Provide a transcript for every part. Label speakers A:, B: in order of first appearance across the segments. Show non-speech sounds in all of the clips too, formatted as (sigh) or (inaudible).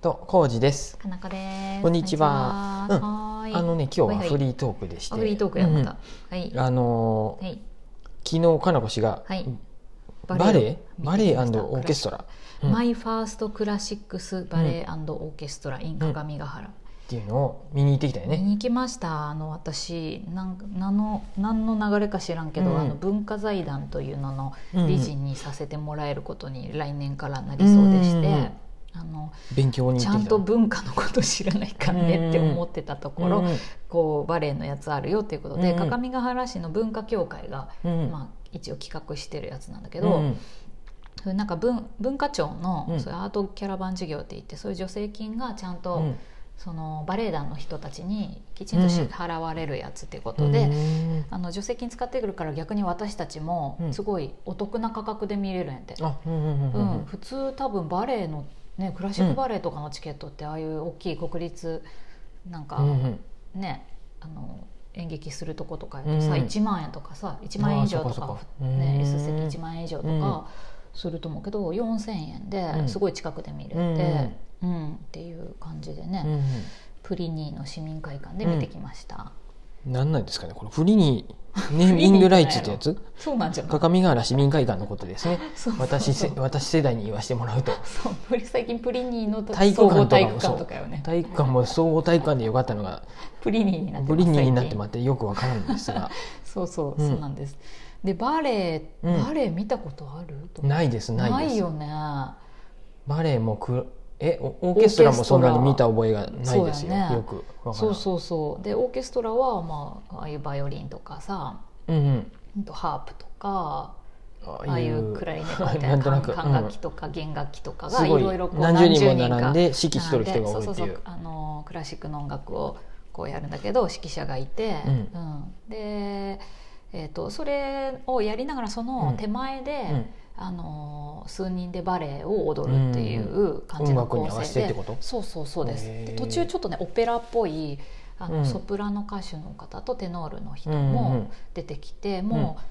A: と康二です。
B: かなこです。
A: こんにちは
B: こんにちははーい。
A: あのね今日はフ
B: ー。
A: リートークでして、
B: あフリートークやまた。はい。
A: うんあのー
B: はい。
A: 昨日かなこ氏が、
B: はい
A: バレエバレエ
B: 見てきました
A: オーケストラうん
B: マイファーストクラシックスバレエオーケストラ in 鏡ヶ原。
A: っていうのを見に行ってきたよ
B: 見
A: ね。
B: に行きました。あの私なん何の何の流れか知らんけど、
A: うん
B: あの文化財団というのの
A: うん
B: 理事にさせてもらえることに来年からなりそうでして、
A: うんうんうん
B: あの
A: 勉強に
B: ち
A: 行っ
B: ゃ
A: て
B: ん
A: きた
B: と
A: の。
B: 文化のこと知らないかんねって思ってたところ、
A: うんうん
B: こうバレエのやつあるよっていうことで、
A: うんうん
B: 各務原市の文化協会が、
A: うん
B: まあ、一応企画してるやつなんだけ
A: け
B: ど、そういうなんか文文化庁の、
A: うん
B: そういうアートキャラバン事業って言ってそういう助成金がちゃんと、そのバレエ団の人たちにきちんと支払われるやつっていうことで。あの助成金使ってくるから逆に私たちも
A: うん
B: すごいお得な価格で見れるんやって、
A: あ、うんうんう
B: うん
A: うん
B: ん、普通多分バレエの、ね、クラシックバレエとかのチケットってああいう大きい国立なんか
A: うんうん
B: ねあの演劇するとことかや
A: うん
B: とさ、1万円とかさ1万円以上と
A: あーそ
B: か
A: うかそうかうん
B: ね、S 席1万円以上と
A: うん
B: かすると思うけど、4,000円
A: う
B: で
A: ん
B: すごい近くで見れて、
A: う
B: うんん
A: うん
B: っていう感じでね、
A: うん
B: プリニーの市民会館で見てきました、
A: うん。なんなんですかねこのフリに
B: (laughs)
A: ネーミングライツってやつ？
B: そうなんじゃない
A: 各務原市民会館のことです
B: (laughs)
A: ね。
B: そうそう
A: 私せ私世代に言わせてもらうと。
B: そうプリ最近プリニーの
A: 体育
B: 総合
A: 館と
B: 体
A: か
B: 育
A: も
B: 館
A: そう
B: とかよね
A: 体育館も総合体育館でよかったのが
B: プリニーになってます
A: ブリニーになって
B: 最近
A: まってよくわからんんです
B: (laughs)
A: が
B: そうそう、
A: うん
B: そうなんですでバレエ、
A: うん
B: バレエ見たことあるとか
A: ないですないです
B: よね
A: バレエもくえおオーケストラもそんなに見た覚えがないです
B: オーケス
A: よ、
B: トラ
A: よくわからん
B: そうそうそうでオーケストラは、まあ、ああいうバイオリンとかさ
A: うんうん
B: うんとハープとか
A: あ
B: ああいうクラリネット
A: (laughs)
B: みた
A: ないん
B: な
A: となく、
B: 管楽器とか弦楽器とかが
A: す
B: い
A: ごい
B: ろいろこう
A: 何十人も並んで
B: 何
A: 指
B: 十
A: 揮しとる人が多いっていう
B: 並んでそそそあのクラシックの音楽をこうやるんだけど指揮者がいて、
A: うん
B: うんで、えー、とそれをやりながらその手前で、
A: うんうん
B: あの数人でバレエを踊るっていう感じの構成で、
A: うん音楽に合わせてってこと
B: そうそうそうです
A: へー
B: で途中ちょっとねオペラっぽいあの、
A: うん
B: ソプラノ歌手の方とテノールの人
A: うんうん
B: も出てきて、もう。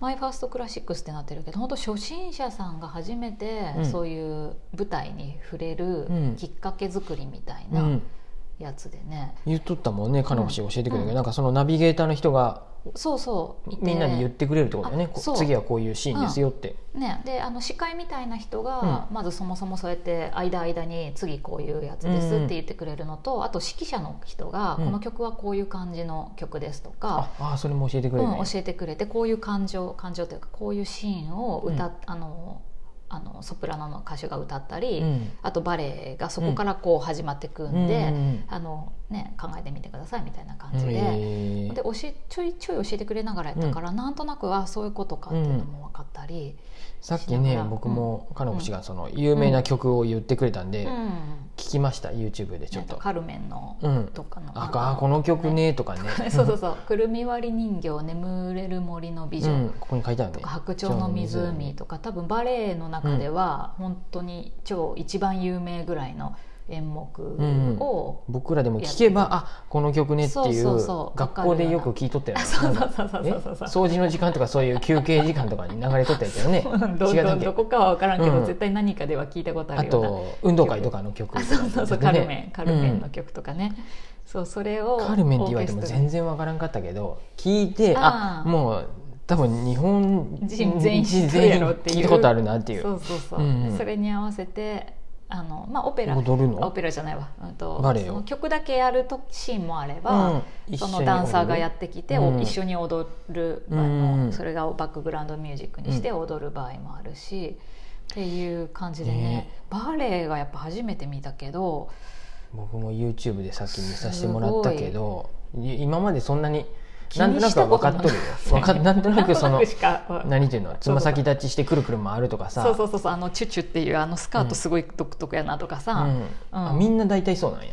B: マイファーストクラシックスってなってるけど本当初心者さんが初めて
A: うん
B: そういう舞台に触れる
A: うん、
B: きっかけ作りみたいうなんやつでね、
A: 言っとったもんねかなこ氏教えてくれるけど、
B: うん
A: なんかそのナビゲーターの人が
B: そうそういて
A: みんなに言ってくれるってことだよね
B: あ
A: こう
B: そう
A: 次はこういうシーンですよって、
B: ね、であの司会みたいな人が、まずそもそもそうやって間間に次こういうやつですって言ってくれるのと、あと指揮者の人が、
A: うん
B: この曲はこういう感じの曲ですとか、
A: ああそれも教えてく
B: う
A: れる、
B: ん
A: ね、
B: 教えてくれてこういう感情感情というかこういうシーンを歌っ、
A: うん
B: あのあのソプラノの歌手が歌ったり、
A: うん
B: あとバレエがそこからこう始まってくんで、
A: うんうんうん
B: あのね、考えてみてくださいみたいな感じで。
A: へー
B: で教えちょいちょい教えてくれながらやったから、なんとなくあそういうことかっていうのも分かったり、
A: さっき
B: しな
A: ね
B: がら
A: 僕もかのこ氏がその有名な曲を言ってくれたんで、
B: うん
A: 聞きました YouTube でちょっ
B: なん
A: と
B: か。カルメンの
A: うん
B: とかの、
A: ああこの曲ねとかね
B: (laughs) そうそうそう「くるみ割り人形眠れる森の美女」
A: うん、ここに書いてあるね
B: とか「白鳥の湖」とか多分バレエの中では本当に超一番有名ぐらいの演目を、
A: 僕らでも聞けばあこの曲ねって
B: そう
A: い
B: そううそう
A: 学校でよく聞いとったよね
B: (laughs) そうそうそうそう
A: え
B: そうそう
A: 掃除の時間とかそういう休憩時間とかに流れとったやけどね
B: (laughs) ど
A: 違った
B: ど
A: っけ
B: どこかは分からんけど、
A: うん
B: 絶対何かでは聞いたことあ
A: あ
B: るような
A: と運動会とかの曲
B: あそうそうそう、
A: ね
B: カルメンカルメンの曲とかね、そうそれを
A: カルメンって言われても全
B: 然
A: 然わからんかったけど聞いてあ
B: あー
A: もう多分日本
B: 人全員知ってる
A: 全
B: や
A: 員
B: ろっていう
A: 聞いたことあるなっていう
B: そうそうそう、
A: うんうん
B: それに合わせてあの、まあ、オペラ
A: 踊るの
B: あオペラじゃないわ、うんと、
A: バレエを
B: その曲だけやるとシーンもあれ
A: うん
B: ば、
A: 一緒に
B: そのダンサーがやってきて、
A: うん
B: お一緒に踊る、
A: うん
B: あのそれがバックグラウンドミュージックにして踊る場合もあるし、っていう感じでね
A: ね
B: バレエがやっぱ初めて見たけど
A: 僕も YouTube でさっき見させてもらったけどい今までそんなに
B: 気
A: なんと
B: に
A: な
B: し
A: くは
B: たこ
A: 分か
B: と
A: っ
B: な (laughs)
A: とるよわかなんとなくその
B: しかうん
A: 何ていうのつま先立ちしてくるくる回るとかさ
B: そうそうそうそうあのチュチュっていうあのスカートすごい独特やなとかさ、
A: うんあみんな大体そうなんや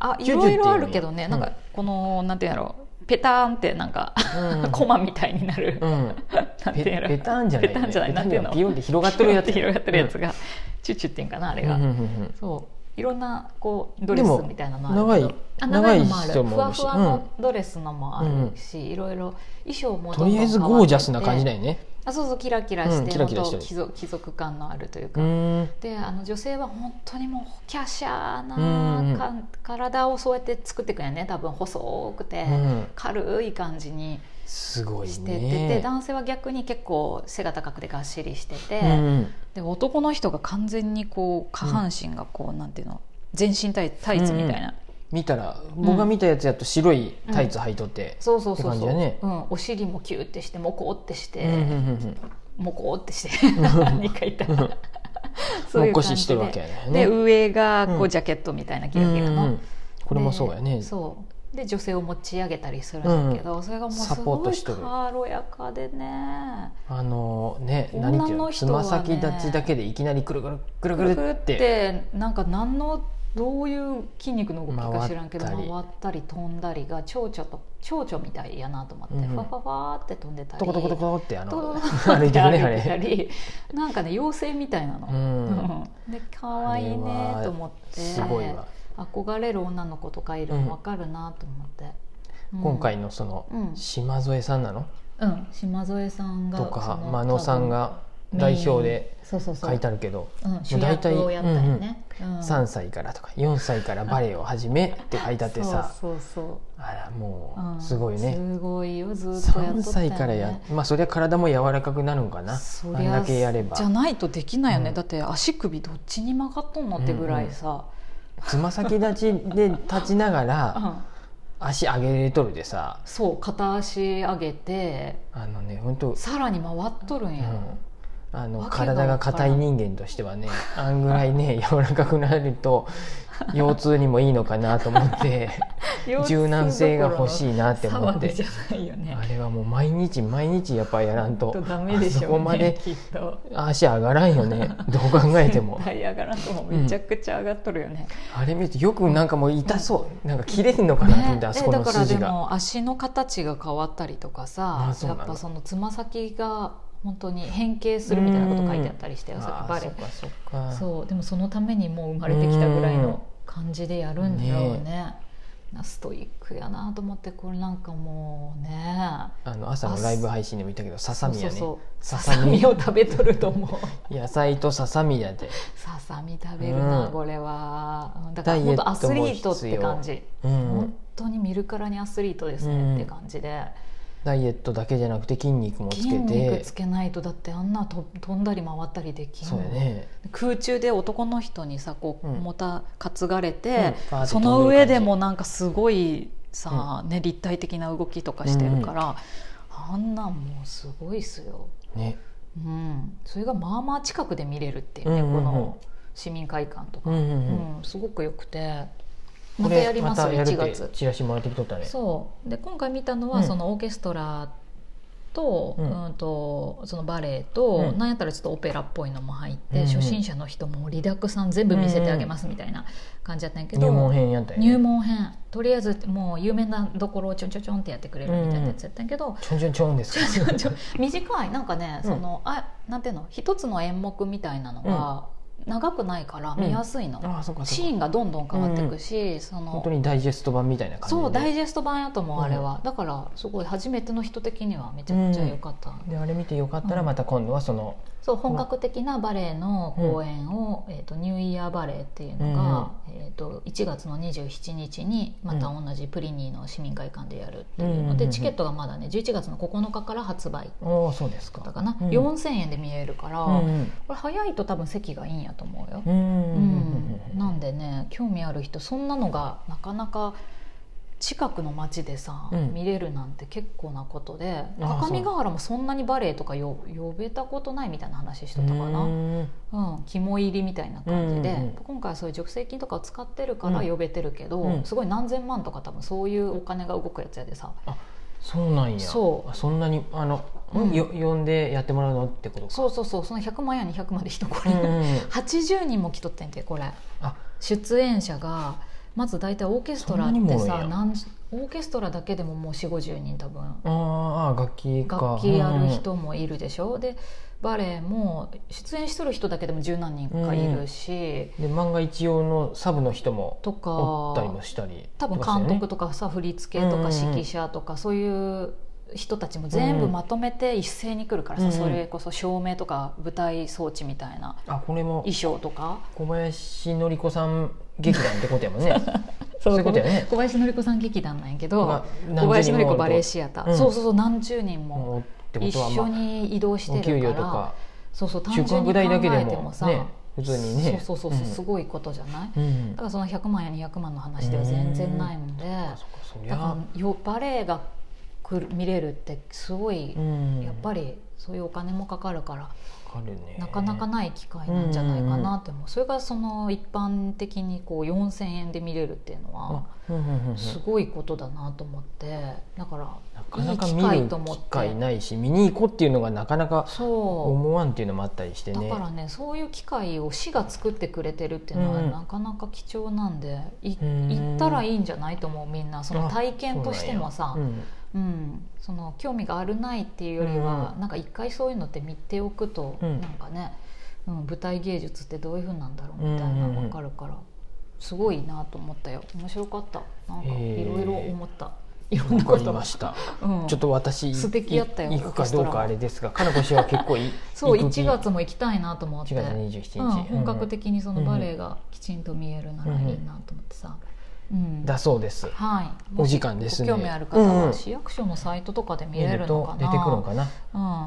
B: あい
A: チュチュってい
B: ろいう
A: の
B: ろあるけどね、
A: うん
B: なんかこのなんていうんやろペターンってなんか、
A: うん
B: (laughs) コマみたいになる、
A: うん
B: (laughs) なんていうん
A: ペ
B: やろ
A: ペタンじゃない
B: ペターンじゃないなんて
A: ペ
B: い
A: タンじゃ
B: うの
A: ピヨンって広がってるやつ
B: 広がってるやつが、チュチュっていうんかなあれが、
A: うんうんうんうん
B: そういろんなこうドレスみたいなのあるけど
A: でも
B: あ
A: 長
B: 長
A: い
B: いのもある
A: 人も
B: ふ
A: 多
B: わ
A: いし
B: ふわのドレスのもあるし、いろいろ衣装も
A: と
B: どんどん
A: りあえずゴージャスな
B: 変わ
A: 感
B: って
A: じ
B: て
A: だよね
B: あそうそうキラキラ
A: う
B: し
A: ん
B: て
A: キ
B: る
A: ラ
B: の
A: キラして
B: と
A: る
B: 貴族貴族感のあるという
A: う
B: か、
A: ーん
B: であの女性は本当にもうキャシャーな
A: うんうん
B: か、体をそうやって作っていくんやね多分細くて、
A: うん
B: 軽い感じに
A: すごい
B: してってて、
A: ね
B: 男性は逆に結構背が高くてがっしりしてて、
A: うん
B: で男の人が完全にこう下半身がこう、なんていうの全身タイタイツみたいな、
A: 見たら僕が見たやつやと白いタイツ履いとって
B: そうそうそう
A: って感じ
B: そ
A: だ
B: う、
A: ね
B: うん、お尻もキューってしてもこーってして、
A: うんうんうん
B: もこーってして何かいた
A: うん
B: (laughs) そう
A: も
B: い
A: っ
B: う感
A: こ (laughs)
B: じ
A: し
B: で
A: してるわけやね
B: で上がこ
A: う
B: うんジャケットみたいな
A: う
B: ギ
A: ん
B: ラギラの、
A: うんこれもそうやね
B: でそうで女性を持ち上げたりするんだけど、それがもうす
A: サポー
B: ご
A: ト
B: い
A: してる
B: 軽やかでね
A: あのね
B: 女
A: 何ていうの
B: の
A: つ
B: 人
A: ま
B: はね
A: 先立ちだけでいきなりくるくるくるく
B: く
A: る
B: る
A: っ
B: くるっててなんか何のどういう筋肉の動きか知らんけど
A: 回
B: 回
A: ったり
B: ったり飛んだりが蝶々と蝶々みたいやなと思って、
A: うんうん
B: ふわふわふわって飛んでたり
A: トコトコトコってあ
B: トコ
A: の
B: トコトコ
A: (laughs) 歩
B: っ
A: い
B: て
A: てるねあ
B: 歩いてた
A: れ
B: りなんかね妖精みたいなの、
A: うん
B: うんで可愛いねと思って
A: すごいわ
B: 憧れる女の子とかいるの分かるなと思って、うん
A: 今回のその
B: うん
A: 島添さんなの
B: うん、島添さんが
A: とか
B: その
A: 真野さんが
B: 多分
A: 代表で
B: そうそうそう
A: 書いてあるけど
B: うん、主役をやったりね、うん
A: 3歳からとか4歳からバレエを始めって書いてあってさ
B: そうそう
A: あら
B: そう、
A: も
B: うん
A: うすごいね
B: すごいよずっとやっと
A: 3
B: ったよ
A: 歳
B: ね
A: からやまあそりゃ体も柔らかくなるんかな
B: そ
A: あ
B: り
A: ん
B: ゃ
A: だけやれば
B: じゃないとできないよね、
A: うん
B: だって足首どっちに曲がっとんのってぐらいさ、
A: つま先立ちで立ちなが
B: (laughs) うん
A: ら足上げれとるでさ
B: そう片足上げて
A: あのね本当
B: さらに回っとるん
A: う
B: や、
A: んあの
B: わけが
A: 体が硬い人間としてはねあんぐらい
B: (laughs)
A: ね柔らかくなると腰痛にもいいのかなと思って柔軟性が欲しいなって思っ
B: 騒ぎ
A: て
B: じゃないよね
A: あれはもう毎日毎日やっぱやらんと
B: ほんとダメでしょう、ね、
A: あそこまで
B: きっと
A: 足上がらんよ
B: (laughs)
A: ねどう考えても
B: 絶対上がらんともめちゃくちゃ上がっとるよね、
A: あれ見るとよくなんかもう痛そうなんか切れんのかなと思ってあそこ
B: だ
A: の
B: からで
A: 筋が
B: も足の形が変わったりとかさ
A: あそう
B: や
A: なの
B: っぱそのつま先が本当に変形するみたいなこと書いてあったりして
A: あ
B: さ
A: ー
B: バレ
A: そっ
B: エ
A: かそっか
B: そうでもそのためにもう生まれてきたぐらいの感じでやるんだろうねなストイックやなと思ってこれなんかもうね
A: あの朝のライブ配信でも言ったけどささみやね
B: そうそうそう
A: さ
B: さ
A: さ
B: さ
A: み
B: みを食べとると
A: (laughs)
B: 思う
A: 野菜とささみやで
B: ささみ食べるな、
A: うん
B: これはうんだから
A: ダイエット
B: 本当
A: も
B: アスリートっ
A: 必
B: て
A: 要
B: 感じ、
A: うん
B: 本当に見るからにアスリートですねって感じで。
A: ダイエットだけじゃなくて筋肉もつ
B: 筋
A: け
B: 肉
A: て
B: つけないとだってあんなと飛んだり回ったりできん
A: そうやね
B: 空中で男の人にさこう
A: うん
B: もた担がれ
A: うん
B: て、
A: バーって飛んでる感じ
B: その上でもなんかすごいさ、ね、立体的な動きとかしてるから、あんなんもうすごいっすよ、
A: ね
B: うん、それがまあまあ近くで見れるっていうね、
A: うんうんうん
B: この市民会館とか、
A: う
B: うんん
A: うんうん
B: すごくよくて
A: こ
B: また
A: れ
B: やりますよ
A: またやる
B: 1
A: って
B: 月。
A: チラシもらってきとったね
B: そうで今回見たの
A: う
B: は
A: ん
B: そのオーケストラと,、
A: う
B: うんん、とそのバレエと、
A: うん
B: なんやったらちょっとオペラっぽいのも入って、
A: うんうん
B: 初心者の人もリダクさん全部見せてあげますみたいな感じだったんやけど、
A: 入門編やったよね
B: 入門編とりあえずもう有名なところをちょんちょんちょんってやってくれるみたいなやつやったんやけど、
A: ちょんちょんちょんですか
B: ちょんちょん短いなんかね、
A: うん
B: そのあなんていうの一つの演目みたいなのが長くないから見やすいの、
A: ああそうか
B: シ
A: そうか
B: ーンがどんどん変わっていくし、その
A: 本当にダイジェスト版みたいな感じで
B: そうダイジェスト版やと思うあれは、だからすごい初めての人的にはめちゃくちゃ良かった、
A: であれ見てよかったらまた今度はその
B: そう本格的なバレエの公演を、えー、とニューイヤーバレエっていうのが、えー、と1月の27日にまた同じプリニーの市民会館でやるっていうので、
A: うん
B: チケットがまだね11月の9日から発売
A: ああそうです
B: だった
A: か
B: かな、
A: うん
B: 4000円で見えるから、
A: うん
B: これ早いと多分席がいいんやと思うよ
A: う、ん
B: う
A: うん
B: んなんでね興味ある人そんなのがなかなか近くの町でさ、
A: うん
B: 見れるなんて結構なことで
A: ああ
B: 各務原もそんなにバレエとかよ呼べたことないみたいな話しとったかな、うん
A: うん
B: 肝入りみたいな感じで、
A: うんうんうん
B: 今回はそういう助成金とかを使ってるから
A: うん
B: 呼べてるけど、
A: うん
B: すごい何千万とか多分そういうお金が動くやつやでさ、
A: そうなんや
B: そう
A: あそんなにあの
B: うん
A: よ呼んでやってもらうのってことか
B: そうそうそうその100万や200まで人こ
A: う
B: れ、
A: んうんうん
B: 80人も来とってんてこれ。
A: あ
B: 出演者がまず大体オーケストラっ
A: そんなに
B: て
A: もおるん
B: さ
A: や
B: 何オーケストラだけでももう4 5 0人多分
A: あーあー楽器か
B: 楽器やる
A: うん
B: 人もいるでしょ、でバレエも出演しとる人だけでも十何人かいるし、
A: で漫画一応のサブの人も
B: とか
A: おったりもしたり
B: 多分監督とかさ、振り付けとか指揮者とかそういう人たちも全部まとめて一斉に来るからさ、
A: うん
B: それこそ照明とか舞台装置みたいな
A: あこれも
B: 衣装とか。
A: 小林典子さん劇団ってことやもん
B: (laughs)
A: ねそういうことやね
B: 小林典子さん劇団なんやけど
A: まあ
B: 小林典子バレエ
A: 何
B: シアタ
A: う
B: ー、
A: ん
B: そうそうそう何十人も
A: もってこ
B: 一
A: とは
B: 緒
A: まあ
B: に移動して
A: お給
B: る
A: 料
B: か
A: と
B: ら
A: か
B: そうそう単
A: 中間
B: 純
A: ぐ
B: に考
A: らいだけで
B: えて
A: も
B: もさ
A: ね普通にね
B: そうそうそうそうす
A: う
B: ごいことじゃない
A: んうん
B: だからその100万や200万の話では全然ないので
A: あそっかそり
B: だか
A: ゃ
B: らよバレエが来る見れるってすごい
A: うん
B: やっぱりそういうお金もかかるから
A: かかるね
B: なかなかない機会なんじゃないかなって思うそれがその一般的にこう4000円で見れるっていうのは
A: あうんうんうんうん
B: すごいことだなと思ってだか
A: なから
B: い
A: ないか
B: 機
A: 見
B: 会
A: る
B: と思
A: 機
B: って
A: 会ないし見に行こうっていうのがなかなか
B: そう
A: 思わんっていうのもあったりしてね
B: だからねそういう機会を市が作ってくれてるっていうのは
A: うん
B: なかなか貴重なんで、い
A: うん
B: 行ったらいいんじゃないと思うみんなその
A: あ
B: 体験としてもさ
A: そううんなんや
B: そ,、の興味があるないっていうよりは、
A: う
B: なんか一回そういうのって見ておくと、
A: うん
B: なんかね、うん、舞台芸術ってどういうふうなんだろうみたいな
A: うんうんうん
B: 分かるから、すごいなと思ったよ面白かったなんか
A: へ
B: い
A: ー
B: ろいろ思った、いろ
A: うんんわ
B: なこ
A: かり
B: と
A: ました
B: (laughs) うん
A: ちょっと私
B: 素敵やったよ
A: い行くかどうかあれですがかなこ氏は結構い
B: (laughs) そう
A: 行く気
B: 1月も行きたいなと思っ
A: 1
B: て。
A: 月27日、
B: うん、本格
A: うん
B: 的にそのバレエがきちんと見えるならいいなと思ってさ、うん
A: だそうです
B: はい、
A: お時間ですね
B: ご興味ある方は、
A: うん
B: 市役所のサイトとかで
A: 見
B: 見れ
A: る
B: るのか
A: と
B: な
A: 出てくるのかな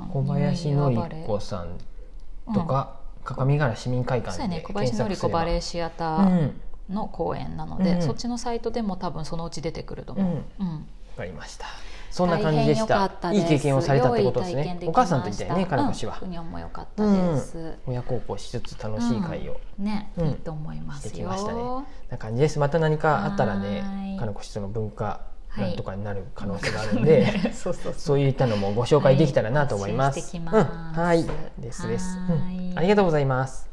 B: うん、
A: 小林典子
B: さ
A: さんと、か、各務原市民会
B: うん
A: 館
B: そうや
A: で
B: ね小林
A: 検索
B: 典
A: す
B: 子
A: れば
B: バレエシアタ
A: う
B: ー
A: ん
B: の公演なので、
A: うん
B: そっちのサイトでも多分そのうち出てくると思う、
A: うん
B: うん
A: わかりましたそんな感じでし
B: 大変
A: た
B: 良かった
A: い
B: で
A: い
B: す
A: 経験をされたってことです
B: 良い体
A: ね
B: 験き
A: お
B: ま
A: 母さんと行ったよね
B: した
A: かなこ氏は
B: う、ん、ふにょんも良かったです、
A: 親孝行しつつ楽しい会を、
B: ね、
A: うん
B: いいと思います
A: してき
B: よ
A: ましたねな感じですまた何かあったらね
B: はーい
A: かのこ室の文化
B: はい
A: なんとかになる可
B: (laughs)
A: 能性があるんで、
B: そうそうそう
A: そういったのもご紹介できたらなと思います。
B: はい募集してきます
A: うんはい、ですです。う
B: はーい
A: んありがとうございます。